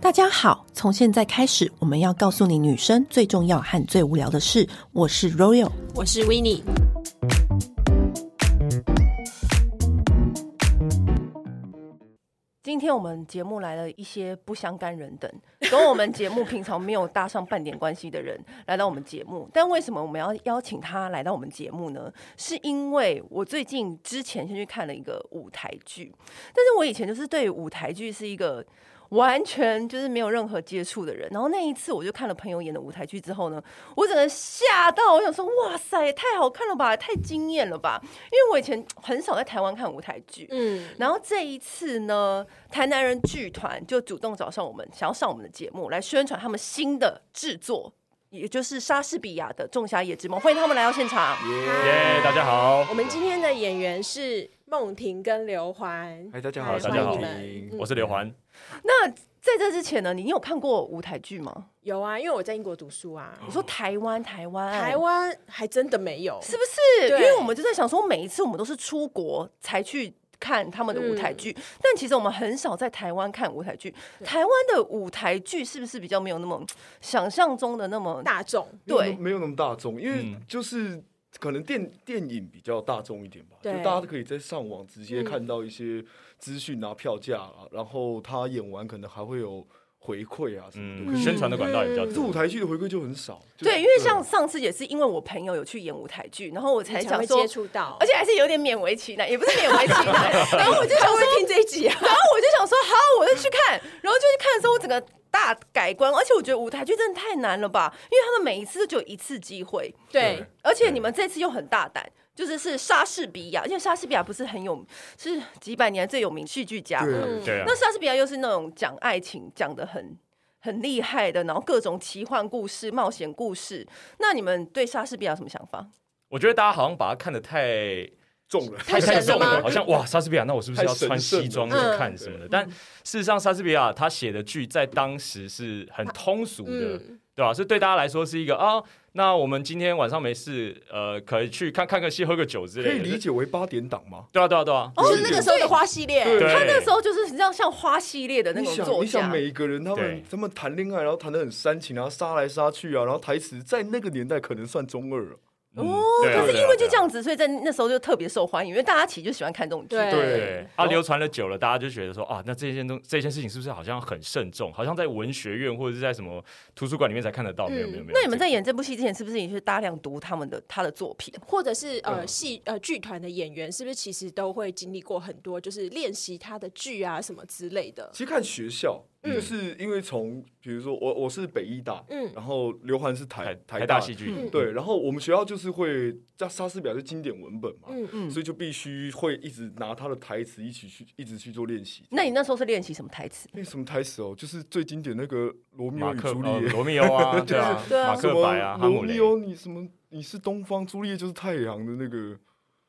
大家好，从现在开始，我们要告诉你女生最重要和最无聊的事。我是 Royal，我是 w i n n i e 今天我们节目来了一些不相干人等， 跟我们节目平常没有搭上半点关系的人来到我们节目。但为什么我们要邀请他来到我们节目呢？是因为我最近之前先去看了一个舞台剧，但是我以前就是对舞台剧是一个。完全就是没有任何接触的人，然后那一次我就看了朋友演的舞台剧之后呢，我整个吓到，我想说哇塞，也太好看了吧，也太惊艳了吧！因为我以前很少在台湾看舞台剧，嗯，然后这一次呢，台南人剧团就主动找上我们，想要上我们的节目来宣传他们新的制作，也就是莎士比亚的《仲夏夜之梦》，欢迎他们来到现 场。耶、大家好，我们今天的演员是梦婷跟刘环。哎嗨，大家嗨好，哎大家好我欢迎是婷你们嗯我是刘环。那在这之前呢，你你有看过舞台剧吗？有啊，因为我在英国读书啊，我说台湾，台湾，台。湾还真的没有。是不是？因对为我们就在想说，每一次我们都是出国才去看他们的舞台剧，嗯但其实我们很少在台湾看舞台剧。台湾的舞台剧是不是比较没有那么想象中的那么？大众，没有对那，没有那么大众，因为嗯就是可能电电影比较大众一点吧，就对大家都可以在上网直接嗯看到一些资讯啊、票价啊，然后他演完可能还会有回馈啊什么嗯，的。可是宣传的管道也比较可是多舞。台剧的回馈就很少，就对，因嗯为像上次也是因为我朋友有去演舞台剧，然后我才才想会说接，触到，而且还是有点勉为其难，也不是勉 为其难，然后我就想他说会。听这一集啊。然后我就想说，好，我就去看，然后就去看的时候，我整个大改观，而且我觉得舞台剧真的太难了吧，因为他们每一次都只有一次机会，对，而且你们这次又很大胆，就是是莎士比亚，因为莎士比亚不是很有，是几百年来最有名戏剧家嘛。对啊嗯，对啊那，莎士比亚又是那种讲爱情讲的很很厉害的，然后各种奇幻故事、冒险故事。那你们对莎士比亚有什么想法？我觉得大家好像把它看得太中了， 太太神了重吗了，好像哇，莎士比亚，那我是不是要穿西装去 太神圣了嗯看什么的？但事实上，莎士比亚他写的剧在当时是很通俗的，嗯，对吧？所以对大家来说是一个啊，那我们今天晚上没事，呃，可以去看看个戏，喝个酒之可以类理的。解为八点档吗？对啊，对啊，对啊。就是哦那个时候的花系列，对他那时候就是你知道像花系列的那你种想，作你想家，每一个人他们对他们谈恋爱，然后谈的很煽情，然后杀来杀去啊，然后台词在那个年代可能算中二了。嗯哦，对啊可是对啊因为就对啊这样子，所以在那时候就特别受欢迎，因为大家其实就喜欢看这种剧。对对，哦啊，流传了久了，大家就觉得说啊，那这件东这件事情是不是好像很慎重，好像在文学院或者是在什么图书馆里面才看得到？没有，嗯没有，没有。那你们在演这部戏之前，是不是也去大量读他们的他的作品？或者是嗯呃戏呃剧团的演员，是不是其实都会经历过很多，就是练习他的剧啊什么之类的？其实看学校，就是因为从比如说我我是北医大，嗯然后刘环是这个台台台台大戏，剧，嗯对，然后我们学校就是会在莎士比亚是经典文本嘛，嗯嗯所以就必须会一直拿他的台词一起去一直去做练习。那你那时候是练习什么台词？那什么台词哦，就是最经典那个罗密欧马与克朱呃丽叶， 罗密欧啊，对啊，对啊马什克白啊，么哈姆罗雷密，欧你什么你是东方，朱丽叶就是太阳的那个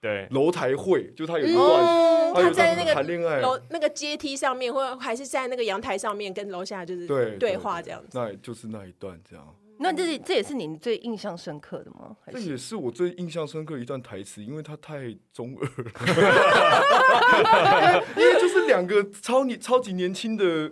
对，楼台会，就他有一段。嗯，有哦他一在段那谈个恋爱，楼那个阶梯上面，或还是在那个阳台上面跟楼下就是对对话这样子。那就是那一段这样。那这这也是你最印象深刻的吗？还这是也是我最印象深刻的一段台词，因为它太中二了， 因为因为就是两个超年超级年轻的、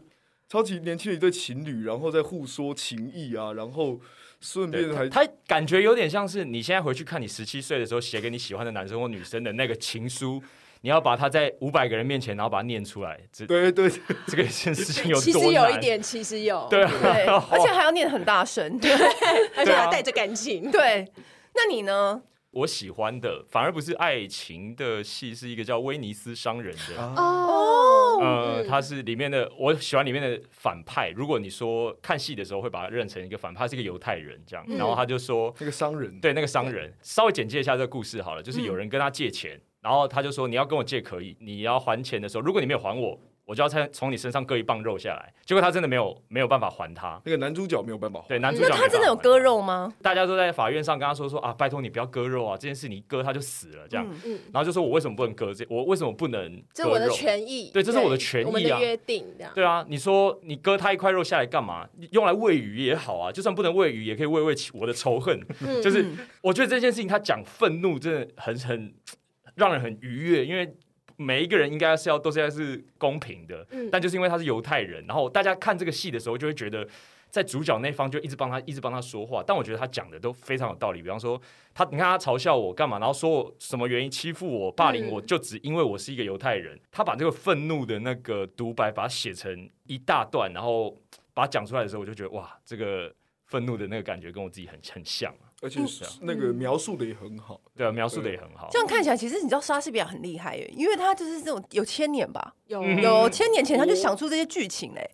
超级年轻的一对情侣，然后在互说情谊啊，然后顺便还对，他感觉有点像是你现在回去看你十七岁的时候写给你喜欢的男生或女生的那个情书。你要把它在五百个人面前，然后把它念出来，这对对 这个件事情有其多实有难一，点，其实有，对 对，啊，而且还要念很大 声。而且对他啊带着感情。对，那你呢？我喜欢的反而不是爱情的戏，是一个叫《威尼斯商人》的，啊，哦嗯呃，他是里面的，我喜欢里面的反派。如果你说看戏的时候会把他认成一个反派，他是一个犹太人这嗯样，然后他就说，那个商人，对那个商人，稍微简介一下这个故事好了，就是嗯有人跟他借钱，然后他就说你要跟我借可以，你要还钱的时候，如果你没有还我，我就要从从你身上割一磅肉下来。结果他真的没有没有办法还他，那个男主角没有办法还，对男主角那没办法他真的有还割肉吗？大家都在法院上跟他说说啊，拜托你不要割肉啊，这件事你一割他就死了这样。嗯嗯，然后就说我为什么不能割这，我为什么不能这割我的肉权益，对这是我的权益啊我们的约定这样。对啊，你说你割他一块肉下来干嘛？用来喂鱼也好啊，就算不能喂鱼，也可以喂喂其我的仇恨。嗯就是我觉得这件事情，他讲愤怒真的很很让人很愉悦，因为每一个人应该是要都是要是公平的，嗯但就是因为他是犹太人，然后大家看这个戏的时候就会觉得。在主角那方就一直帮他，一直帮他说话，但我觉得他讲的都非常有道理。比方说，他你看他嘲笑我干嘛，然后说我什么原因欺负我、霸凌我，嗯就只因为我是一个犹太人。他把这个愤怒的那个独白把它写成一大段，然后把它讲出来的时候，我就觉得哇，这个愤怒的那个感觉跟我自己很很像啊，而且是那个描述的也很好。对啊，描述的也很好这。样看起来，其实你知道莎士比亚很厉害耶，因为他就是这种有千年吧，有嗯有千年前他就想出这些剧情嘞。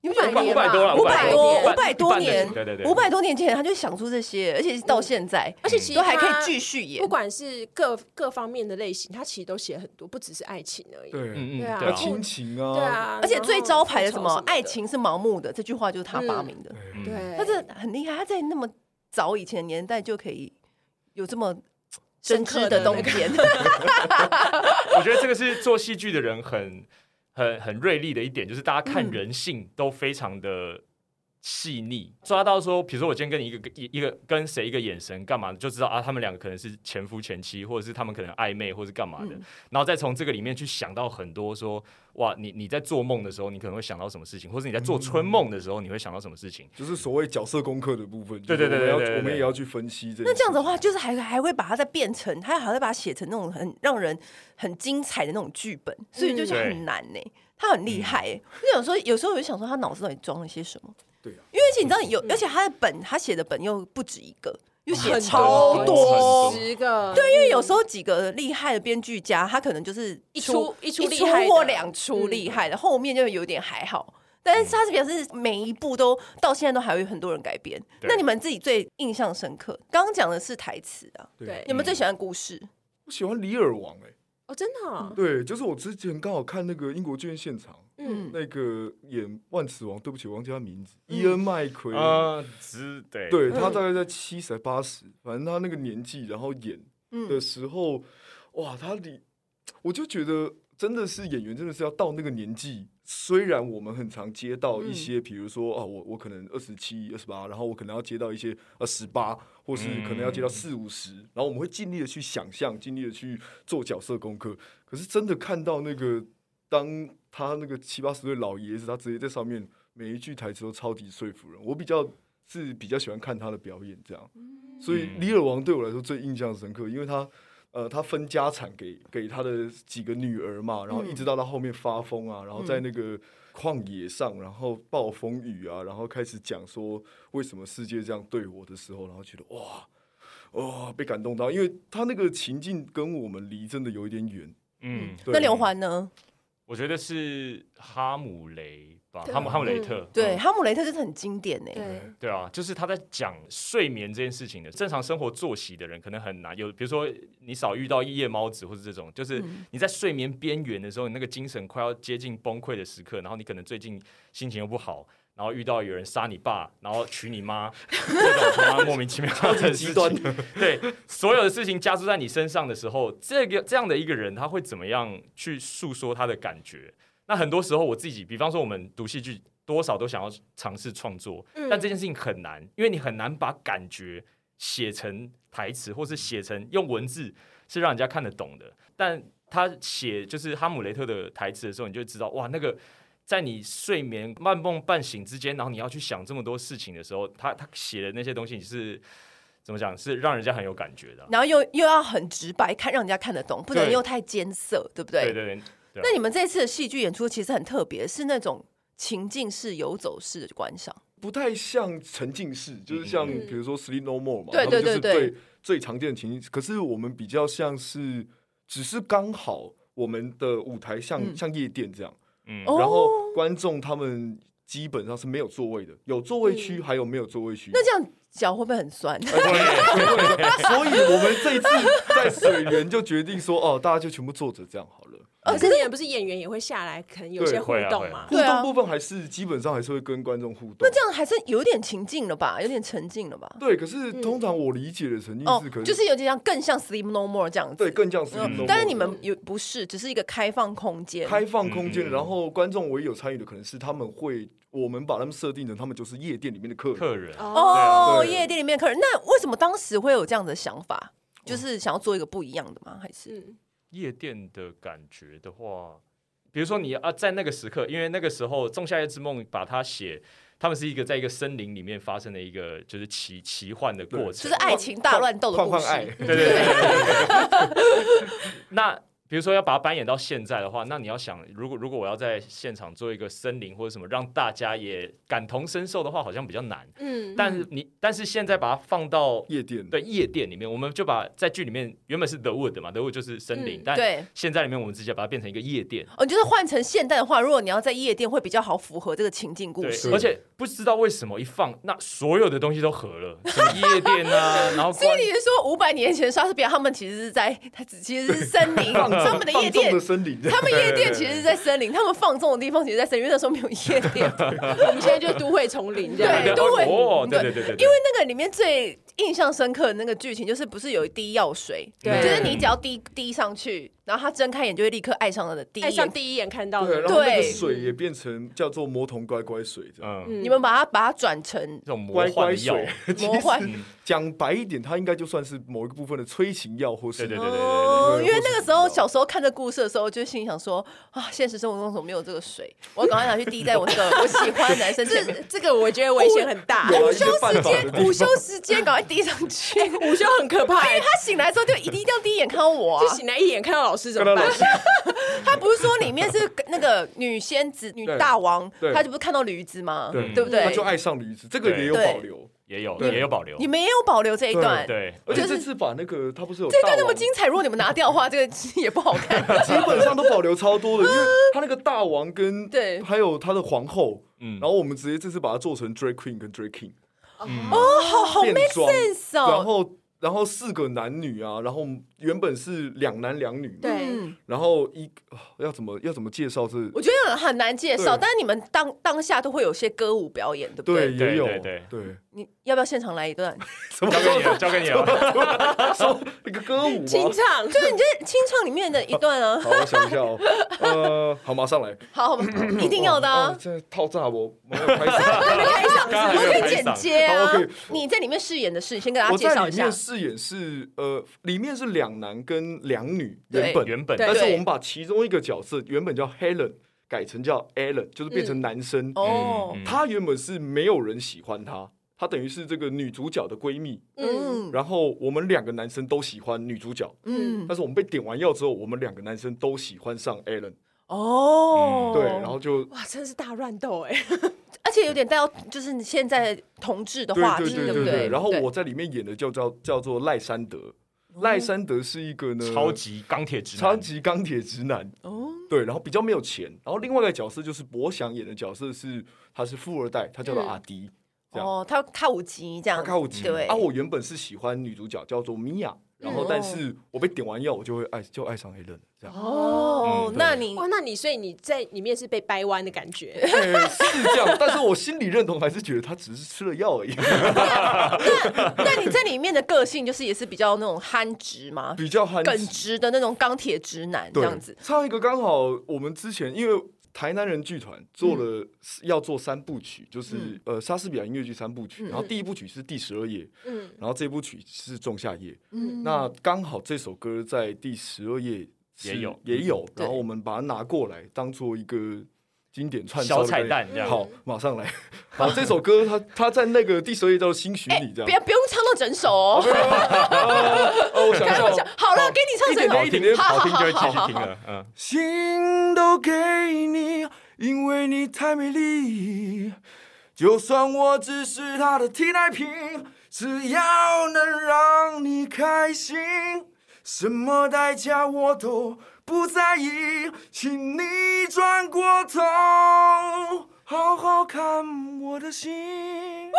你500五年百多了，五500百多多年五百多年一半的，对对对，五百多年前他就想出这些，而且是到现在嗯而嗯且其实都还可以他继续演不。管是各各方面的类型，他其实都写很多，不只是爱情而已。对，嗯嗯，对啊啊，对哦然后亲情啊，对，啊，而且然后最招牌的复什仇么的“爱，情是盲目的”这句话就是他发明的，对对，嗯他这很厉害，他在那么早以前的年代就可以有这么真深刻挚的的洞那 个见。我觉得这个是做戏剧的人很很很锐利的一点，就是大家看人性都非常的细腻，抓到说，比如说我今天跟你一个一一个跟谁一个眼神干嘛，就知道啊，他们两个可能是前夫前妻，或者是他们可能暧昧，或是干嘛的，然后再从这个里面去想到很多说，哇，你你在做梦的时候，你可能会想到什么事情，或者你在做春梦的时候，你会想到什么事情。就是所谓角色功课的部分。对对对对就是我们对对要对我们也要去分析这。那这样子的话，，就是还还会把它再变成，还还会把它写成那种很让人很精彩的那种剧本，所以就是嗯对很难呢、他很厉害、欸，就想说，有时候我就想说，他脑子到底装了些什么？对啊，因为而且你知道有，而且他的本，他写的本又不止一个，又写很超多哦多很。多十个，对，因为有时候几个厉害的编剧家，他可能就是一出一出一厉害的嗯或两出厉害的，后面就有点还好。但嗯是莎士比亚是每一部都到现在都还有很多人改编。对那你们自己最印象深刻？刚刚讲的是台词啊，对你们嗯最喜欢的故事？我喜欢李尔王哎、哦，真的哦，对，就是我之前刚好看那个英国剧院现场，嗯，那个演万磁王，对不起，我忘记他名字，伊恩麦奎，嗯，只对对他大概在七十八十，反正他那个年纪，然后演的嗯，时候，哇，他里我就觉得真的是演员，真的是要到那个年纪。虽然我们很常接到一些，比如说啊，我我可能二十七、二十八，然后我可能要接到一些呃十八，或是可能要接到嗯四五十，然后我们会尽力的去想象，尽力的去做角色功课。可是真的看到那个，当他那个七八十岁老爷子，他直接在上面每一句台词都超级说服人。我比较是比较喜欢看他的表演这样，所以嗯李尔王对我来说最印象深刻，因为他呃，他分家产给给他的几个女儿嘛，然后一直到他后面发疯啊，然后在那个旷野上，然后暴风雨啊，然后开始讲说为什么世界这样对我的时候，然后觉得哇哇被感动到，因为他那个情境跟我们离真的有一点远。嗯，对那刘欢呢？我觉得是哈姆雷吧，对哈姆哈姆雷特，嗯对，哈姆雷特就是很经典呢。对，对啊，就是他在讲睡眠这件事情的。正常生活作息的人可能很难有，比如说你少遇到夜猫子或者这种，就是你在睡眠边缘的时候，你那个精神快要接近崩溃的时刻，然后你可能最近心情又不好，然后遇到有人杀你爸，然后娶你妈，这种他妈莫名其妙的 极事端情，对所有的事情加注在你身上的时候，这个这样的一个人，他会怎么样去诉说他的感觉？那很多时候我自己，比方说我们读戏剧，多少都想要尝试创作，嗯但这件事情很难，因为你很难把感觉写成台词，或是写成用文字是让人家看得懂的。但他写就是哈姆雷特的台词的时候，你就知道哇，那个在你睡眠半梦半醒之间，然后你要去想这么多事情的时候，他他写的那些东西是怎么讲，是让人家很有感觉的啊。然后又又要很直白，看让人家看得懂，不能对又太艰涩，对不对对对，对啊那你们这次的戏剧演出其实很特别，是那种情境式、游走式的观赏。不太像沉浸式，就是像嗯嗯比如说《Sleep No More》嘛，对他对们就是对对最最常见的情景。可是我们比较像是，只是刚好我们的舞台像、嗯像夜店这样，嗯哦然后观众他们基本上是没有座位的，有座位区嗯还有没有座位区。哎那这样脚会不会很酸？ 所以我们这一次在水源就决定说，哦，大家就全部坐着这样好了。呃哦可是你也不是演员也会下来，可能有对些互会啊会动啊嘛，互对啊动部分还是基本上还是会跟观众互动。那这样还是有点情境了吧，有点沉浸了吧？对，可是通常我理解的沉浸哦式，可能就是有点像更像 Sleep No More 这样子。对更像 Sleep 嗯 No More。但是你们有不是，只是一个开放空间。开放空间嗯嗯的，嗯然后观众唯一有参与的可能是他们会，我们把他们设定成他们就是夜店里面的客人。客人对啊哦，对夜店里面的客人，那为什么当时会有这样的想法？就是想要做一个不一样的吗？还是嗯，夜店的感觉的话，比如说你啊，在那个时刻，因为那个时候《仲夏夜之梦》把它写，他们是一个在一个森林里面发生的一个就是奇奇幻的过就程是。爱情大乱斗的换故换事。爱，对对对对对那比如说要把它扮演到现在的话，那你要想，如果如果我要在现场做一个森林或者什么，让大家也感同身受的话，好像比较难。嗯，但是你，但是现在把它放到夜店对夜店里面，我们就把在剧里面原本是 The Wood 嘛，The Wood 就是森林，嗯但对现在里面我们直接把它变成一个夜店。哦，就是换成现代的话，如果你要在夜店，会比较好符合这个情境故对事，而。且不知道为什么一放，那所有的东西都合了，什么夜 店啊，然后所关以你是说五百年前莎士比亚他们其实是在，他只其实是森林，他们的夜放纵店的，森林，他们夜店其实是在森林，他们放纵的地方其实在森林，因为那时候没有夜 店。我们现在就都会丛林这样。对都会哦，对对对对对，对因为那个里面最印象深刻的那个剧情，就是不是有一滴药水，对就是你只要滴滴上去，然后他睁开眼就会立刻爱上了的第一爱上眼。第一眼看到 对，的，然后那个对水也变成叫做魔童乖乖水这样。嗯，嗯你们把它把它转成这种魔乖幻乖的药，嗯水，其魔幻实讲白一点，它应该就算是某一个部分的催情药，或是对对对哦，因为那个时候或是什么小时候看这故事的时候，就心里想说啊，现实生活中怎么没有这个水？我要赶快拿去滴在我那 个我喜欢的男生前面。这这个我觉得危险很大，有午啊一些休犯时法的地间，午休时间，赶快滴上去。因啊午休很可怕欸为。他醒来之后就一定要第一眼看到我就啊！醒来一眼看到老师怎看么到办老？师，他不是说里面是那个女仙子、女大王对，他就不是看到驴子吗？对对不他对就？爱上驴子，这个对也有保留。也有对也有保留你，们也有保留这一段，对，而且就是这次把那个他不是有这一段大那么王精彩，如果你们拿掉的话，这个也不好看。 基本上都保留超多的，因为他那个大王跟对还有他的皇后，嗯然后我们直接这次把它做成 drag queen 跟 drag king 嗯嗯哦，好好变 make 装， sense 然哦。后然后四个男女啊，然后原本是两男两女嘛，对嗯然后一啊要怎么要怎么介绍这？我觉得很难介绍，对但是你们当当下都会有些歌舞表演，对不对？对，也有对对对，你要不要现场来一段？什 么交给你 了，交给你了，说那个歌舞清吗？唱，就是你这清唱里面的一段啊，好，我想一下哦，呃，好，马上来。好，一定要的哦，啊。这套炸我，我要开始。 还没开嗓，刚刚还我没有可以开嗓剪接啊好，OK。你在里面饰演的是，先跟大家我介在绍一里下面。饰演是呃，里面是两男跟两女对原本，原本嗯对但是对我们把其中一个角色原本叫 Helen 改成叫 Alan，就是变成男生。嗯哦，嗯他原本是没有人喜欢他，他等于是这个女主角的闺蜜。嗯，嗯然后我们两个男生都喜欢女主角，嗯，但是我们被点完药之后，我们两个男生都喜欢上 Alan。哦，对，然后就哇，真是大乱斗哎！而且有点带到就是你现在同志的对话对题，对不对？然后对哦我在里面演的叫叫叫做赖山德，赖山德是一个呢超级钢铁直超男，级钢铁直男，哦，对，然后比较没有钱。然后另外一个角色就是博翔演的角色是他是富二代，他叫做阿迪，这样哦，他他五级这样，他靠嗯近。对啊，我原本是喜欢女主角叫做米娅，然后但是我被点完药，我就会爱就爱上黑人这样。哦嗯，那 你哇，那你所以你在里面是被掰弯的感觉，哎是这样，但是我心里认同还是觉得他只是吃了药而已，那你在里面的个性就是也是比较那种憨直嘛，比较憨直耿直的那种钢铁直男这对，样子。上一个刚好我们之前因为台南人剧团做了、要做三部曲，就是、嗯呃莎士比亚音乐剧三部曲，然后第一部曲是第十二页，嗯，然后这部曲是仲夏夜。嗯那刚好这首歌在第十二页是也有也有，嗯对然后我们把它拿过来当做一个。经典串烧小的概彩蛋念这样好，马上来。好，这首歌它它在那个第十二页叫做《兴许你》这不样。要不用唱到整首哦， 哦，我想一开下玩哦笑，，好了，给你唱整好首。听好好听就会继好续好听 了，嗯，心都给你，因为你太美丽。就算我只是他的替代品，只要能让你开心，什么代价我都不在意。请你转过头，好好看我的心。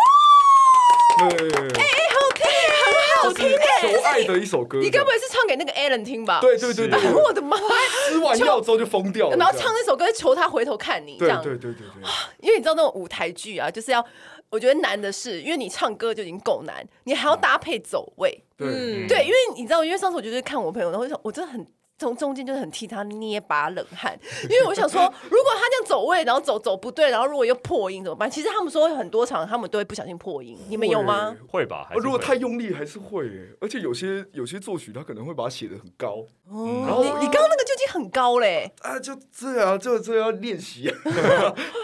对，好听哎，求爱的一首歌。你该不会是唱给那个 Alan 听吧？对哦对对对，对 我的妈！吃完药之后就疯掉了。然后这唱样那首歌，求他回头看你，这对样。啊对对对对。因为你知道那种舞台剧啊，就是要，我觉得难的是，因为你唱歌就已经够难，你还要搭配走位。对，嗯对，因为你知道，因为上次我就是看我朋友，然后我就想，我真的很从中间就是很替他捏把冷汗，因为我想说，如果他这样走位，然后走走不对，然后如果又破音怎么办？其实他们说很多场他们都会不小心破音，你们有吗？会吧？还呃是如果会太用力还是会耶，而且有些有些作曲他可能会把它写的很高哦然后你你刚刚那个就已经很高嘞，啊，就这样，就这样练习啊。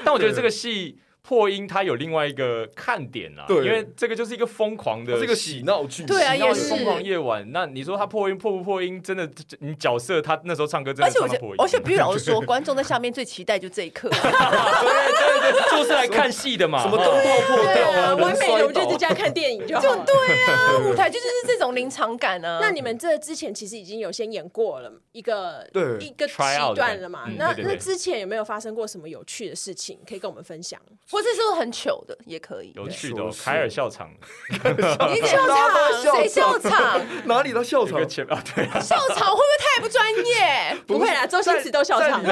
但我觉得这个戏破音它有另外一个看点啦，对因为这个就是一个疯狂的这个喜闹 剧，对啊喜闹也的是疯狂夜晚。那你说他破音破不破音？真的，你角色他那时候唱歌真而的且我唱到觉破得音，，而且必须老实说，观众在下面最期待就这一刻啊，对对对，就是来看戏的嘛。嗯什么灯泡破对掉啊，啊，完人美的，摔我就在倒。家看电影就好就了。对啊，舞台剧就是这种临场感啊。 那你们这之前其实已经有先演过了一个对一个 Try 期 out 段了嘛？的嗯那对对那对之前有没有发生过什么有趣的事情可以跟我们分享？或是说很糗的也可以，有趣的哦说，是凯尔笑场你笑大场家笑场谁笑场？啊哪里到笑有场个？前啊，对啊，笑场会不会太不专业？不会啦，周星驰都笑场了。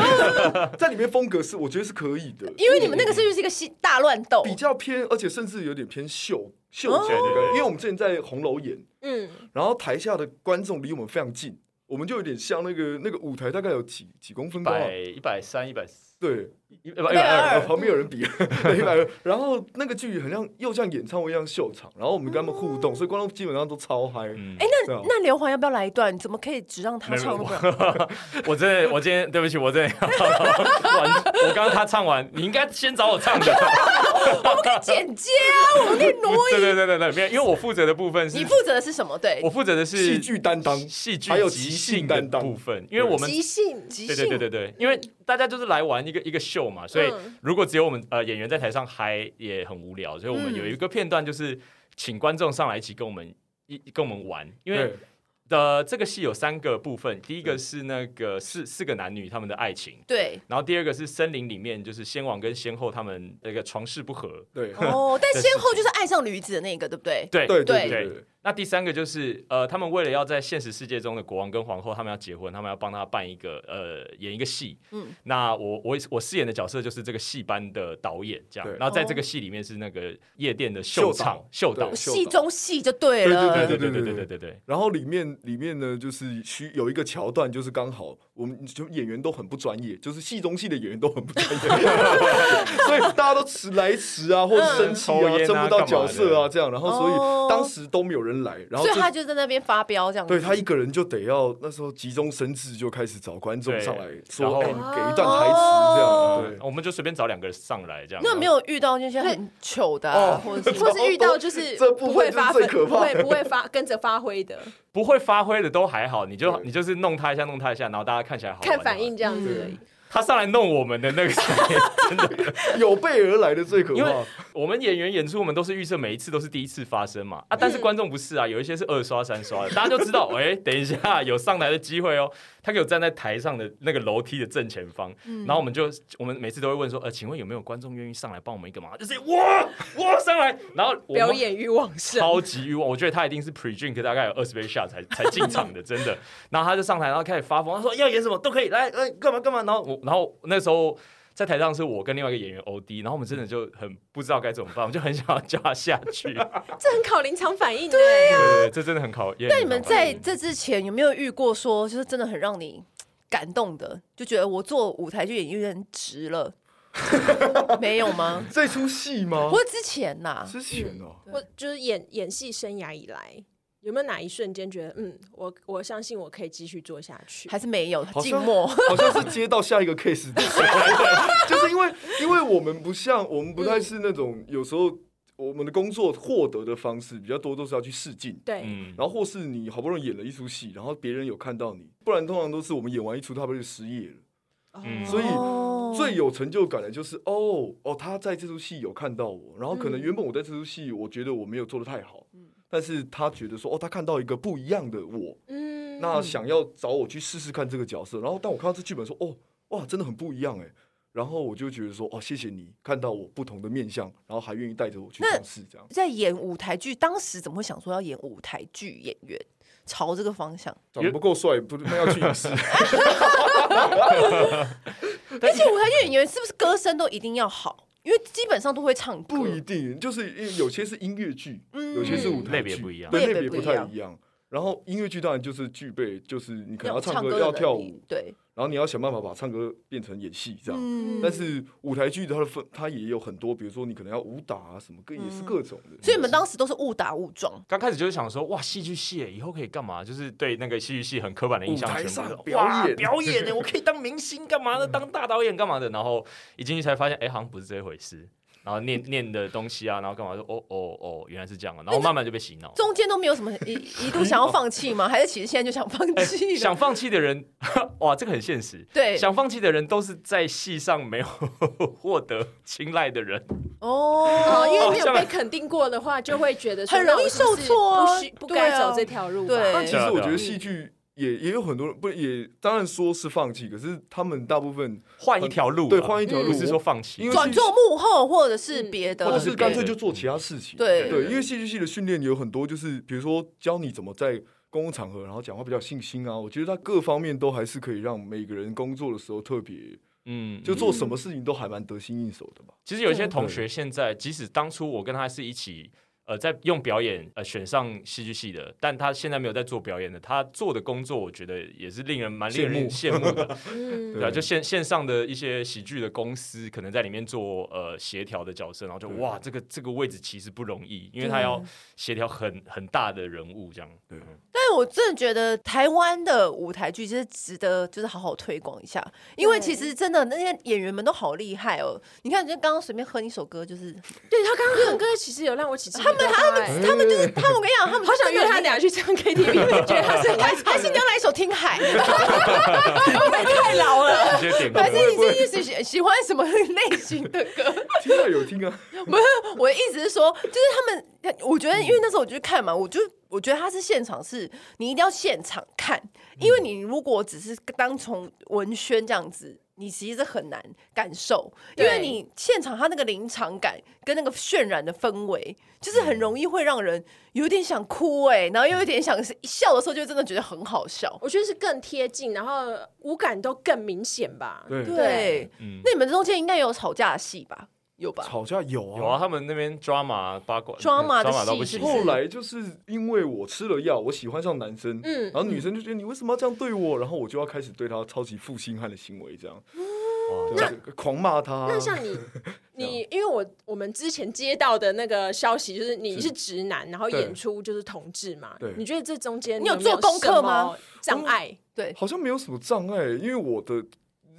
了。在里面风格是我觉得是可以的，因为你们那个是就是一个戏大乱斗，比较偏，而且甚至有点偏秀秀哦起来的感觉。因为我们之前在红楼演，嗯，然后台下的观众离我们非常近，我们就有点像那个那个舞台大概有几几公分高啊，百一百三一百四对，一百一百二然后旁边有人比 对一百二，然后那个剧很像又像演唱会一样秀场，然后我们跟他们互动，所以观众基本上都超嗨。嗯哎，那对啊那刘环要不要来一段？怎么可以只让他唱那么短？我真的，我今天对不起，我真的，我我刚刚他唱完，你应该先找我唱的。 剪接啊，我们可以挪对移。对对对对，没有，因为我负责的部分是你负责的是什么？对我，负责的是戏剧担当戏剧还有即即兴兴的担当部分，因为我们即兴即对兴对对对对，因为大家就是来玩一个一个秀嘛，所以嗯如果只有我们呃演员在台上嗨也很无聊，所以我们嗯有一个片段就是请观众上来一起跟我们一跟我们玩，因为对的这个戏有三个部分，第一个是那个四四个男女他们的爱情。 对然后第二个是森林里面，就是先王跟先后他们那个床事不和，对哦，但先后就是爱上驴子的那个，对不对？对对对对对，那第三个就是，呃，他们为了要在现实世界中的国王跟皇后，他们要结婚，他们要帮他办一个，呃，演一个戏。嗯嗯，那我我我饰演的角色就是这个戏班的导演，这样对。然后在这个戏里面是那个夜店的秀秀导场秀导对，戏中戏就对对了。对对对对对对对对对。然后里面里面呢，就是需有一个桥段，就是刚好我们就演员都很不专业，就是戏中戏的演员都很不专 业，所以大家都迟来迟啊，或者生气抽啊，烟啊争不到干嘛角色啊，的这样，然后哦所以当时都没有人来，然后所以这他就在那边发飙这样子。对他一个人就得要那时候急中生智，就开始找观众对上来然说，后哎、给一段台词这样，我们就随便找两个人上来这样。那有没有遇到那些很糗的啊，哦或 者或是是遇到就是这不部分会发就是奋，最可不怕会不会发跟着发挥的，不会发挥的都还好，你就对你就是弄他一下，弄他一下，然后大家看起来好玩看反应。这样子而已。他上来弄我们的那个 真的对，有备而来的最可因为怕。我们演员演出，我们都是预设每一次都是第一次发生嘛嗯啊，但是观众不是啊，有一些是二刷、三 刷的，大家就知道，哎、等一下有上台的机会哦。他给我站在台上的那个楼梯的正前方，嗯然后我们就我们每次都会问说，呃，请问有没有观众愿意上来帮我们一个忙？就是哇哇上来，然后我们表演欲旺盛，超级欲望，我觉得他一定是 pre drink 大概有二十杯 shot 才才进 场的，真的。然后他就上台，然后开始发疯，他说哎要演什么都可以，来，呃，干嘛干嘛。然后我，然后那时候在台上是我跟另外一个演员 OD，然后我们真的就很不知道该怎么办，我们就很想要 叫他下 去。这很考临场反应。欸对呀，对，这真的很考验。那你们在这之前有没有遇过说，就是真的很让你感动的，就觉得我做舞台剧演员值 了？没有吗？这出戏吗不？过之前呐、之前哦、我就是演演戏生涯以来，有没有哪一瞬间觉得，嗯，我我相信我可以继续做下去？还是没有好像静默，好像是接到下一个 case 的时候， 就是因为因为我们不像我们不太是那种有时候我们的工作获得的方式比较多都是要去试镜。对，嗯，然后或是你好不容易演了一出戏，然后别人有看到你，不然通常都是我们演完一出，他们就失业了。哦所以哦最有成就感的就是哦哦，他在这出戏有看到我，然后可能嗯原本我在这出戏，我觉得我没有做的太好，但是他觉得说哦，他看到一个不一样的我，嗯那想要找我去试试看这个角色，然后当我看到这剧本说，哦，哇，真的很不一样哎，然后我就觉得说，哦，谢谢你看到我不同的面相，然后还愿意带着我去那尝试这样。在演舞台剧，当时怎么会想说要演舞台剧演员，朝这个方向？长得不够帅，不那要去影视，而且舞台剧演员是不是歌声都一定要好？因为基本上都会唱歌，不一定，就是有些是音乐剧，嗯有些是舞嗯类台别剧，不一样对，类别类别不不一太样一样。然后音乐剧当然就是具备，就是你可能要要唱唱歌、歌要的跳能力舞，对，然后你要想办法把唱歌变成演戏这样。嗯但是舞台剧它的分，它也有很多，比如说你可能要武打啊什么，各也是各种的。所以你们当时都是误打误撞，刚开始就是想说，哇，戏剧系耶以后可以干嘛？就是对那个戏剧系很刻板的印象舞台全部上都表哇演嗯表演呢， 我可以当明星干嘛的？当大导演干嘛的？然后一进去才发现，哎，好像不是这回事。然后 念念的东西啊，然后干嘛说哦哦哦，原来是这样啊，然后慢慢就被洗脑。中间都没有什么一一度想要放弃吗？还 是其实现在就想放哎弃想了？放弃的人， 哇，这个很现实。对，想放弃的人都是在戏上没有 获得青睐的人，哦哦，，因为没这有样被肯定过的话，就会觉得说很容易那我是不是受挫啊不需不对该啊走这条路吧。嗯对但其对啊实我对啊觉得戏剧也也有很多人不也当然说是放弃，可是他们大部分换一条路啊，呃对换一条嗯路，不是说放弃因为，转做幕后或者是嗯别的，或者是是干脆就做其他事情。对对，因为戏剧系的训练有很多，就是比如说教你怎么在公共场合，然后讲话比较有信心啊。我觉得它各方面都还是可以让每个人工作的时候特别，嗯，就做什么事情都还蛮得心应手的嘛。其实有一些同学现在，即使当初我跟他是一起，呃，在用表演呃选上戏剧系的，但他现在没有在做表演的，他做的工作我觉得也是令人蛮令人羡慕 的，嗯，对啊，就线线上的一些喜剧的公司，可能在里面做呃协调的角色，然后就对哇，这个这个位置其实不容易，因为他要协调很很大的人物这样，对但我真的觉得台湾的舞台剧其实值得就是好好推广一下，因为其实真的那些演员们都好厉害哦。你看，你就刚刚随便哼一首歌，就是对他刚 刚唱歌其实有让我起鸡皮疙瘩欸，他们他们他们就是他们，我跟你讲，他们好想约他俩 去唱 KTV，我觉得他是很还爱还是你要来一首《听海》，太老了。直接点歌还。是你是一直喜喜欢什么 类型的歌？ 听啊有听啊， 不是，我的意思是说，就是他们，我觉得因为那时候我就看嘛，我就我觉得他是现场是，你一定要现场看，因为你如果只是当从文宣这样子。你其实很难感受，因为对你现场他那个临场感跟那个渲染的氛围，就是很容易会让人有点想哭哎、然后又有点想是笑的时候就真的觉得很好笑。我觉得是更贴近，然后五感都更明显吧。对啊对，嗯那你们中间应该有吵架的戏吧？有吧？吵架有啊有啊，他们那边抓马八卦，抓 drama 马的到戏不是行不，是后来就是 因为我吃了药，我喜欢上男生，嗯然后女生就觉得你为什么要这样对我，然后我就要开始对她超级负心汉的行为，这样，哇对啊狂骂她。那 像你，你因为我我们之前接到的那个消息就是你是直男，然后对演出就是同志嘛。对你觉得这中间你有有做功课吗？障碍？对，好像没有什么障碍，因为我的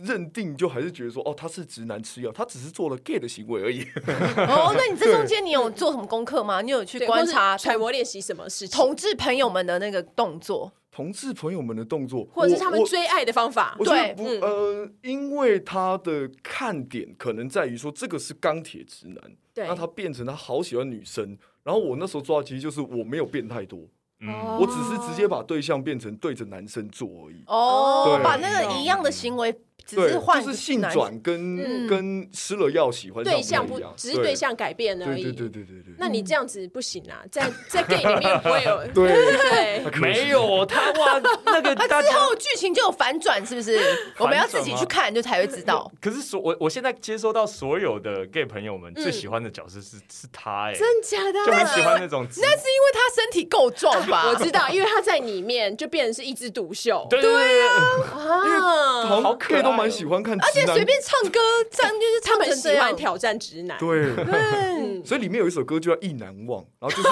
认定就还是觉得说，哦，他是直男吃药，他只是做了 gay 的行为而已。 哦，那你这中间你有做什么功课吗？你有去嗯对观或是察揣摩练习什么事情，同志朋友们的那个动作，同志朋友们的动作，或者是我他们。追爱的方法我我？觉对得不嗯，呃，因为他的看点可能在于说，这个是钢铁直男，对那他变成他好喜欢女生。然后我那时候抓，其实就是我没有变太多，哦嗯，我只是直接把对象变成对着男生做而已。哦，对把那个一样的行为，只对，是换就是性男转跟、嗯跟吃了药喜欢对上象不不太一样只是对象改变而对已。对对对对对对那你这样子不行啊，在在 gay 里面也不会有对。 对。没有他哇，那个大家啊之后剧情就有反转，是不 是？我们要自己去看，就才会知道。可是所我我现在接收到所有的 gay 朋友们最喜欢的角色是、是他哎、真假的就很喜欢那种直那是因为他身体够壮 吧？我知道，因为他在里面就变成是一枝独秀。对对对啊，啊，呃好好像可 gay 都爱蛮哦喜欢看直而且男，随便唱歌，唱就是他唱们成喜这样嗯欢。挑战直男。对， 对，所以里面有一首歌就叫《意难忘》，然后就是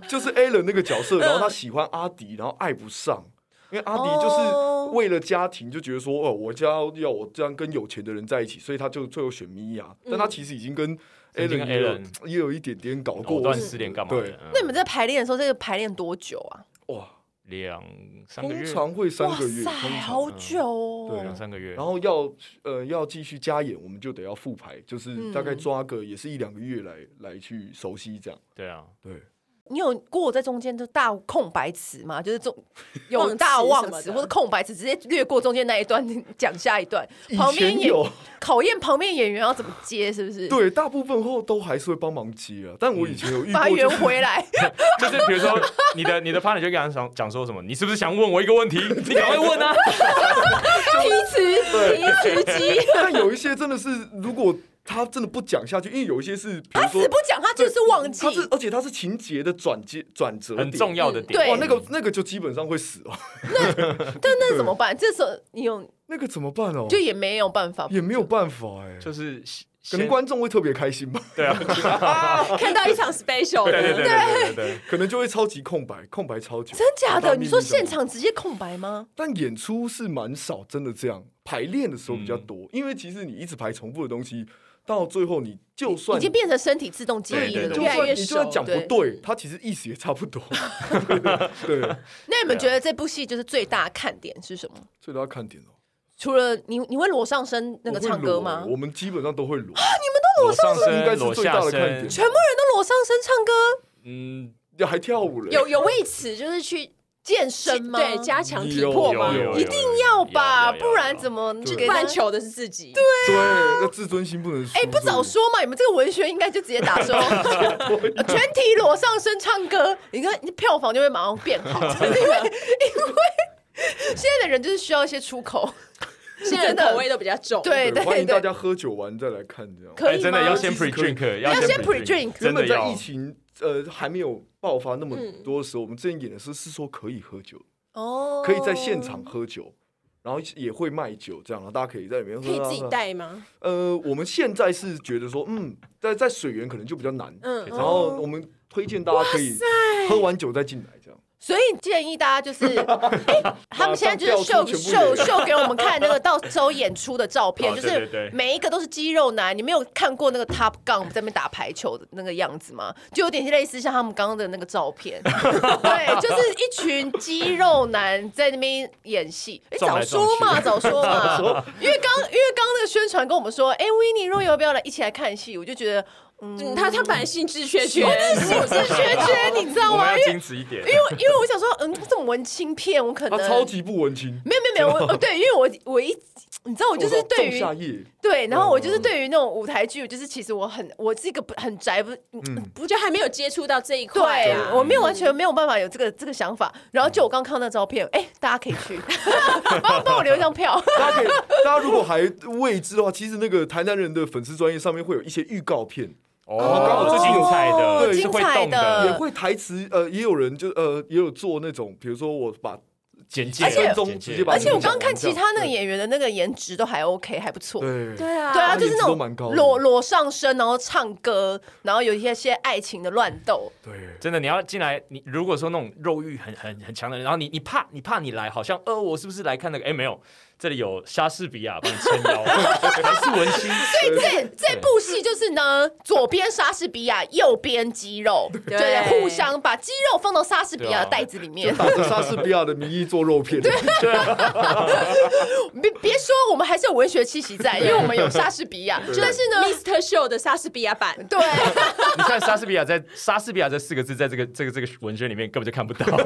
就是就是 Alan 就是 Alan 那个角色，然后他喜欢阿迪，然后爱不上。因为阿迪哦就是为了家庭，就觉得说，哦，我家要我这样跟有钱的人在一起，所以他就最后选米娅。嗯但他其实已经跟曾经 Alan 也有 Alan 也有一点点搞过藕断丝连干嘛的对，？那你们在排练的时候，这个排练多久啊？哇，两三个通月，常会三哇个月，塞，通常啊好久对哦啊两。三个月，然后要呃要继续加演，我们就得要复排，嗯就是大概抓个也是一两个月来来去熟悉这样。对啊，对，你有过在中间的大空白词吗？就是中有忘词大忘什么词的或者空白词，直接略过中间那一段，讲下一段。以旁边前演有考验旁边演员要怎么接，是不是？，对，大部分后都还是会帮忙接啊。但我以前 有遇把过、圆就是，回来。 就是比如说你的你的 partner 就跟他讲讲说什么，你是不是想问我一个问题？你赶快问啊！提词提词机，但有一些真的是，如果他真的不讲下去，因为有一些是， 比如他说死不讲，他就是忘记他。是，而且他是情节的转接转折很点重要的嗯点。对哇，那个那个就基本上会死哦， 但那怎么办？这时候你有那个怎么办哦？就也没有办法，也没有办法哎，就是可先能观众会特别开心吧， 对啊，嗯看到一场 special，对对的对对对对，可能就会超级空白，空白超久。真假把的？秘密你说讲现场直接空白吗？但演出是蛮少，真的这样。排练的时候比较多，因为其实你一直排重复的东西，到最后你就算已经变成身体自动记忆对的对就东越来西。算越你就算熟讲不对，它其实意思也差不多。对，啊那你们觉得这部戏就是最大的看点是什么？所以大家看点哦。除了你，你会裸上身那个我会唱歌裸吗？我们基本上都会裸，裸上应该身、是裸最下大的看身点，全部人都裸上身唱歌嗯，还跳舞了。有有为此就是去健身吗？对加强体有魄有嘛，有一定要吧，有有有有不然怎么对给不他然？求的是自己。对，对，那自尊心不能输。哎，不早说嘛！你们这个文学应该就直接打说， 全体裸上身唱歌，你看你票房就会马上变 好，因为因为现在的人就是需要一些出口，现在真的的口味都比较重。对对对欢迎大对，家喝酒完再来看这样。可哎以真的吗要先其实 pre 可以 drink，要先先 pre pre-drink 真原的本在要疫。情呃还没有爆发那么多的时候，我们之前演的是是说可以喝酒，哦可以在现场喝酒，然后也会卖酒这样，然后大家可以在里面喝、可以自己喝。带吗？嗯呃，我们现在是觉得说，嗯，在在水源可能就比较难，嗯然后我们推荐大家可以喝完酒再进来这样。所以建议大家就是， 哎他们现在就是秀秀马上调出全部的秀给我们看那个到时候演出的照片， 哦就对是对对每一个都是肌肉男。你没有看过那个 Top Gun 在那边打排球的那个样子吗？就有点类似像他们刚刚的那个照 片，对，就是一群肌肉男在那边演戏。哎，撞早来说嘛，早说 嘛，因为刚因为刚那个宣传跟我们说，哎，维尼若有要不要来一起来看戏？我就觉得，嗯嗯，，他他本来兴致缺缺，我是缺缺，你知道 我们吗？啊要哦因为矜持一点因，为因为我想说，嗯，这种文青片，我可他能超级不文青，没有没有没有，我对，因为我我一你知道，我就是到嗯对仲于夏夜，对，然后我就是对于那种舞台剧，就是其实我很我是一个不很宅不。嗯不就还没有接触到这一块对啊？，我没有完全没有办法有这个这个想法。然嗯后就我刚看到那照片，哎、大家可以 去，帮帮我留一张票。大家可以，大家如果还未知的话，其实那个台南人的粉丝专业上面会有一些预告 片，哦，刚好是是精彩的，对是会精动彩的也会台词，呃，也有人就呃也有做那种，比如说我把简介，而且分钟简介直接把而它且我讲刚完看这其样他那个演员的那个颜值都还 OK，还不错。对对啊，对啊，他就是那颜值都蛮高种的裸裸上身，然后唱歌，然后有一些些爱情的乱斗。对真的，你要进来，你如果说那种肉欲很很很强的人，然后你你怕你怕你来，好像呃，我是不是来看那个？哎，没有，这里有莎士比亚帮你撑腰，还是文青，这这部戏就是呢，左边莎士比亚，右边肌肉，对对互相把肌肉放到莎士比亚啊的袋子里 面。打着莎士比亚的名义做肉片，别别说，我们还是有文学气息在，因为我们有莎士比亚。但是呢， Mr. Show 的莎士比亚版，对，你看莎士比亚在莎士比亚这四个字，在这个 这个这个文宣里面根本就看不到，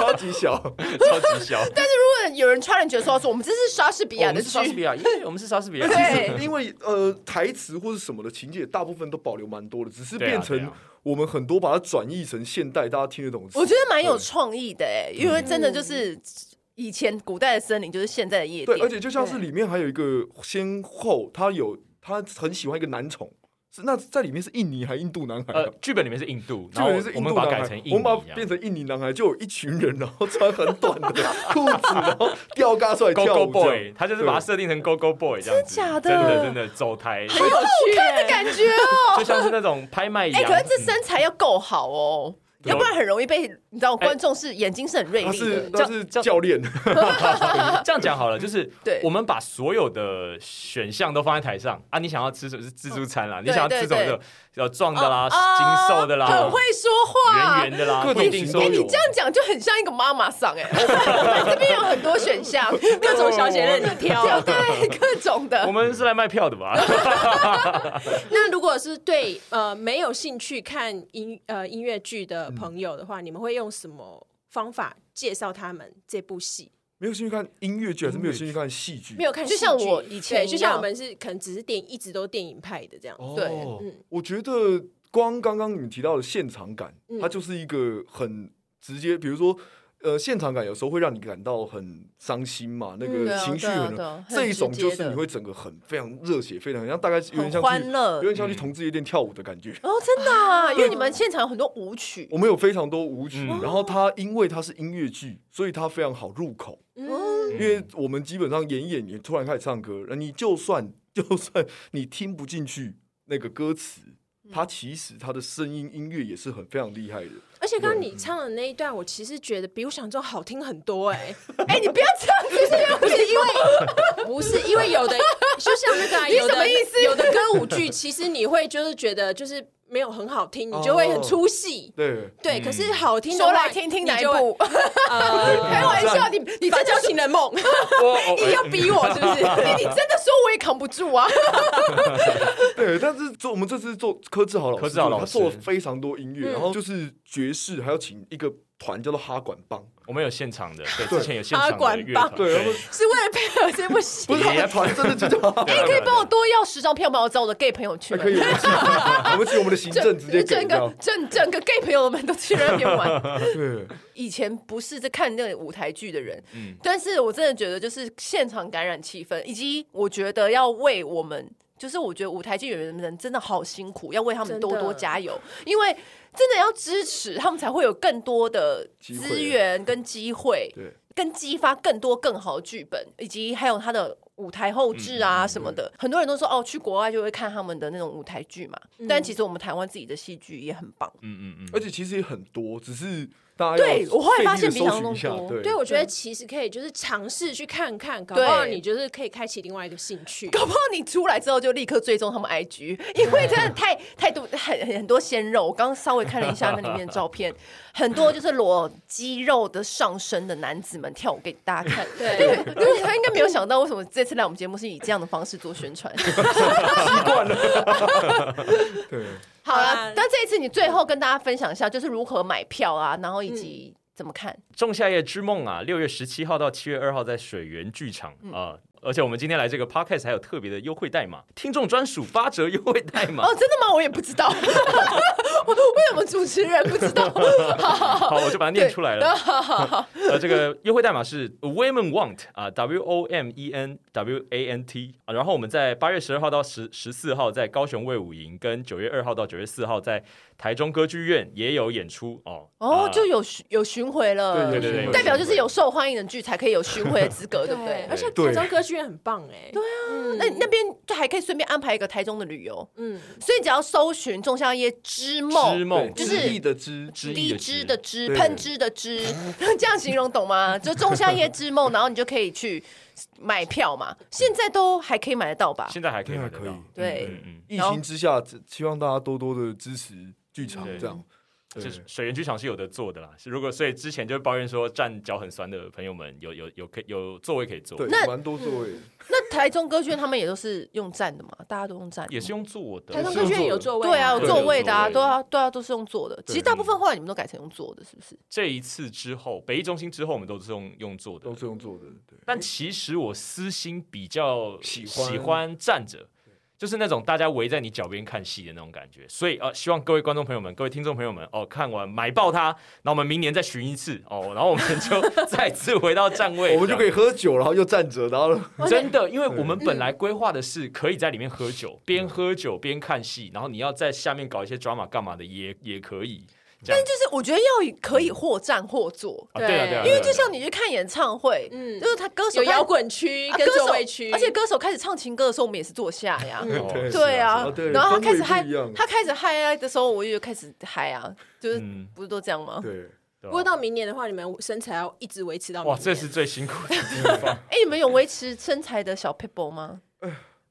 超级小。超级 小。但是如果有人 challenge 说说我们这是莎士比哦我亚们的是莎士比剧，亚，耶我们是莎士比亚。对因为呃台词或是什么的情节，大部分都保留蛮多的，只是对啊变对成啊我们很多把它转译成现代大家听得懂的词。我觉得蛮有创意的哎，因为真的就是以前古代的森林就是现在的夜对，而店，且就像是里面还有一个先后，他有他很喜欢一个男宠，是那在里面是印尼还印度男孩、啊呃，？剧本里面是印度，这然个后人是我印们度把男它孩，改成印尼我这们把样，它变成印尼男孩，就有一群人，然后穿很 短的裤子，然后吊嘎 出来 Go 跳 Go 舞这 Boy，样。他就是把它设定成 Go Go Boy 这样子，真假的真的真的走台，很有趣看的欸。感觉哦。就像是那种拍卖哎，羊。可是这嗯身材要够好哦，对哎要哦不然很容易被你知道，观众是眼睛是很锐他利是的。他是这样教练， 嗯 这样讲好了，就是对我们把所有的选项都放在台上啊，你想要吃什么是自助餐啦，你对想要吃什么对就要壮的啦、哦精瘦的啦很、会说话，圆圆的 啦，各不种一定型都都哎、有你。这样讲就很像一个妈妈桑哎、 这边有很多选 项，各各种种小姐任你挑，挑。对，各种 哦我的。们是来卖票 的吧？ 那如果是对呃没有兴趣看音呃音乐剧的朋友的话，你们会用什么方法介绍他们这部戏？没有兴趣看音乐剧，还是没有兴趣看戏剧？没有看戏就剧，像我以前对就一像样我们是可能只是电一直都电影派的这样。哦对嗯我觉得光刚刚你们提到的现场感嗯，它就是一个很直接，比如说。呃，现场感有时候会让你感到很伤心嘛，那对个啊情绪对啊很、对啊很这一种直就接是的你会整个很非常热血沸腾，像大概有点很像欢去乐有。点像去嗯同志夜店跳舞的感觉。哦，真的 啊，因为你们现场有很多舞曲我们有非常多舞曲，嗯然后它因为它是音乐剧，所以它非常好入口。嗯，嗯因为我们基本上演一演，你突然开始唱歌，那你就算就算你听不进去那个歌词，嗯它其实它的声音音乐也是很非常厉害的。而且刚刚你唱的那一段，我其实觉得比我想中好听很多哎、哎、你不要这样子，不是因为不是因为有的，就像那个 啊、你有什么的意思有的歌舞剧， 其实你会就是觉得就是没有很好听，你就会很出戏。对，对，嗯可是好听的哦说话来听听哪一？你就会部？呃，开玩笑， 你 你反真的叫是情人梦，我 我哎哎你要逼我是不 是？你真的说我也扛不住 啊！对，但是做我们这次做柯志豪老师，柯志豪老师他做了非常多音乐，嗯然后就是爵士，还要请一个团叫做哈管帮，我们有现场的，对，之前有现阿场的管乐帮团，对，然后是为了配合这部戏不是他们团真的就叫哈管对你可以对帮我多要十张票吗？我找我的 gay 朋友去吗还可？以，我们请我们请我们的行政直接给整到个，整整个 gay 朋友们都去那边玩。对，以前不是在看那个舞台剧的人，嗯但是我真的觉得就是现场感染气氛，以及我觉得要为我们。就是我觉得舞台剧演员们真的好辛苦，要为他们真的多多加油，因为真的要支持他们才会有更多的机会资源跟机会，对，跟激发更多更好的剧本，以及还有他的舞台后置啊什么的。很多人都说哦，去国外就会看他们的那种舞台剧嘛，但其实我们台湾自己的戏剧也很棒。嗯嗯嗯，而且其实也很多，只是大家对要我后来费力发现地比搜想寻一中下，多对对，我觉得其实可以就是尝试去看看，搞不对好你就是可以开启另外一个兴趣。搞不好你出来之后就立刻追踪他们 IG，因为真的太太多很很多鲜肉。我刚刚稍微看了一下那里面的照片，很多就是裸肌肉的上身的男子们跳舞给大家看。对，因为他应该没有想到为什么这次来我们节目是以这样的方式做宣传。对，好了啊，那这一次你最后跟大家分享一下，就是如何买票啊，然后以及怎么看。 《仲夏夜之梦》啊，六月十七号到七月二号在水源剧场嗯啊、而且我们今天来这个 podcast 还有特别的优惠代码，听众专属八折优惠代码。哦，真的吗？我也不知道， 我为什么主持人不知道？好好好好，我就把它念出 来了。好好好，呃，这个优惠代码是 Women Want 啊、w O M E N W A N T 啊。然后我们在八月十二号到十十四号在高雄卫武营，跟九月二号到九月四号在台中歌剧院也有演出哦。哦，啊就有巡有巡回了，对对对对代表就是有受欢迎的剧才可以有巡回的资 格，对不对而？且对台中歌剧院很棒哎。对啊，那那边就还可以顺便安排一个台中的旅游，嗯，所以只要搜寻《仲夏夜之梦之》，梦就是知意的知，之意低的脂之的脂，对喷汁的汁，这样形容懂吗？就仲夏夜之梦，然后你就可以去买票嘛。现在都还可以买得到吧？现在还可以对啊买得到可以。对嗯嗯疫然后情之下，只希望大家多多的支持剧场对，这样。嗯，对就是水源剧场是有的做的啦。是如果所以之前就抱怨说站脚很酸的朋友们，有有有可以有座位可以坐，那嗯对，蛮多座位，那台中歌剧院他们也都是用站的嘛，大家都用站的吗，也是用坐的。台中歌剧院有座位。对啊，有对座有位的啊，座对位啊，对啊，都是用坐的。其实大部分后来你们都改成用坐的，是不是？这一次之后，北艺中心之后，我们都是用用坐的都。是用坐的。对，但其实我私心比较喜欢喜欢站着，就是那种大家围在你脚边看戏的那种感觉。所以呃，希望各位观众朋友们、各位听众朋友们哦，看完买爆它，那我们明年再巡一次哦，然后我们就 再次回到站位， 我们就可以喝酒，然后又站着，然后呢这样。真的，因为我们本来规划的是可以在里面喝酒，边喝酒边看戏，然后你要在下面搞一些 drama 干嘛的也也可以。这样但就是我觉得要可以或站或坐，啊，对啊，对啊，因为对啊就像你去看演唱会，嗯，嗯就是他歌手有开摇滚区啊跟歌手座位区，而且歌手开始唱情歌的时候，我们也是坐下呀。哦对对是是啊啊，对然后他氛开始围嗨不一样，他开始嗨的时候，我也开始嗨啊，就是嗯不是都这样吗？对，不过到明年的话，你们身材要一直维持到明啊哇，年这是最辛苦的地方。哎，你们有维持身材的小 people 吗？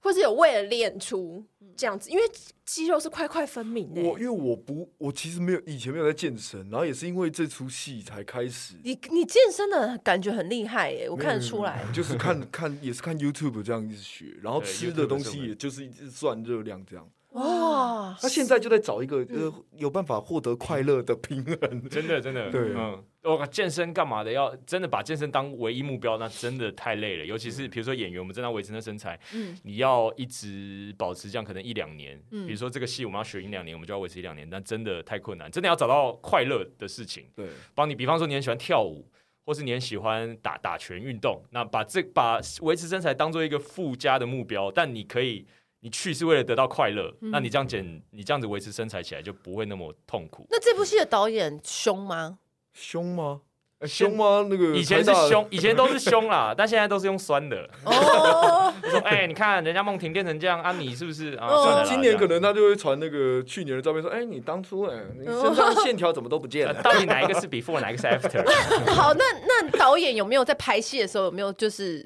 或是有为了练出这样子，因为肌肉是块块分明的。我因为我不，我其实没有以前没有在健身，然后也是因为这出戏才开始。你你健身的感觉很厉害耶，我看得出来。嗯就是看看也是看 YouTube 这样一直学，然后对吃 YouTube 的东是我西们也就是一直算热量这样。哇，那现在就在找一个嗯呃有办法获得快乐的平衡，真的真的，对嗯，我靠健身干嘛的？要真的把健身当唯一目标，那真的太累了。尤其是比如说演员，我们正在维持那身材，嗯你要一直保持这样，可能一两年。嗯比如说这个戏我们要学一两年，我们就要维持一两年，那真的太困难。真的要找到快乐的事情，对，帮你。比方说你很喜欢跳舞，或是你很喜欢打打拳运动，那把这把维持身材当做一个附加的目标，但你可以。你去是为了得到快乐，那你这样减，你这样子维持身材起来就不会那么痛苦。那这部戏的导演凶 吗？凶吗？哎凶吗？那个呃以前是台大凶，以前都是凶啦， 但现在都是用酸的。哦，就说哎、你看人家梦婷变成这样啊，你是不是啊？哦算了啦今年可这样能他就会传那个去年的照片，说：“哎，你当初哎，你哦身上线条怎么都不见呃了到底哪一个是 before，哪一个是 after？好，那那导演有没有在拍戏的时候有没有就是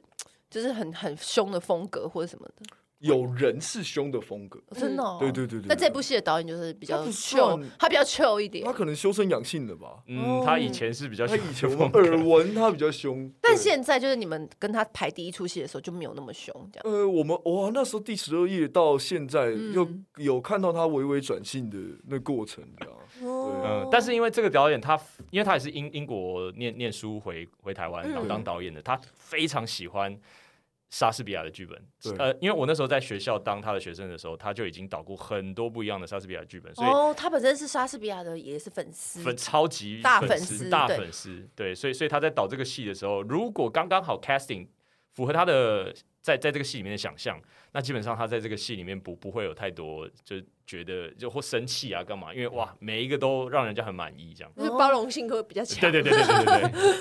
就是很很凶的风格或者什么的？？” 有人是凶的风格，真的、哦对对对对。那这部戏的导演就是比较他不 chill，算他比较 chill 一点他，可能修身养性 了吧？嗯，他以前是比较他喜以欢前这我种们耳闻他比较凶，但对现在就是你们跟他排第一出戏的时候就没有那么凶，这样。呃，我们哇，那时候第十二页到现在嗯又有看到他微微转性的那过程，你知 道吗？哦嗯，但是因为这个导演他，因为他也是英英国念念书回回台嗯湾，然后当导演的，他非常喜欢莎士比亚的剧本。对呃，因为我那时候在学校当他的学生的时候，他就已经导过很多不一样的莎士比亚剧本，所以哦，他本身是莎士比亚的，也是粉丝。粉超级大粉粉丝丝大对粉丝，对，所以所以他在导这个戏的时候，如果刚刚好 casting 符合他的在在这个戏里面的想象，那基本上他在这个戏里面不不会有太多就是觉得就或生气啊干嘛，因为嗯哇每一个都让人家很满意这样。就是包容性会比较强。对对对对对对对，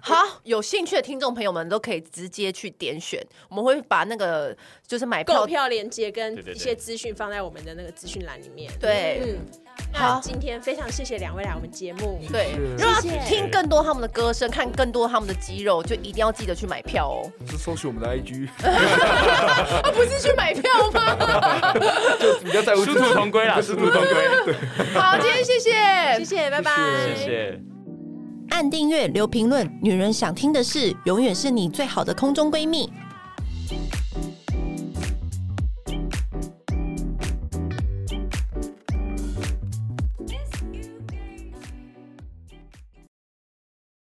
好，有兴趣的听众朋友们都可以直接去点选，我们会把那个就是买购票。票链接跟对对对一些资讯放在我们的那个资讯栏里面。对嗯，那好今天非常谢谢两位来我们节目。对，如果要听更多他们的歌声，看更多他们的肌肉，就一定要记得去买票哦。是搜寻我们 的 IG，啊，不是去买票吗？比较在乎殊自途己同归 啦，殊途同归，好，今天谢谢，谢谢，拜拜。 谢谢。按订阅，留评论，女人想听的事，永远是你最好的空中闺蜜。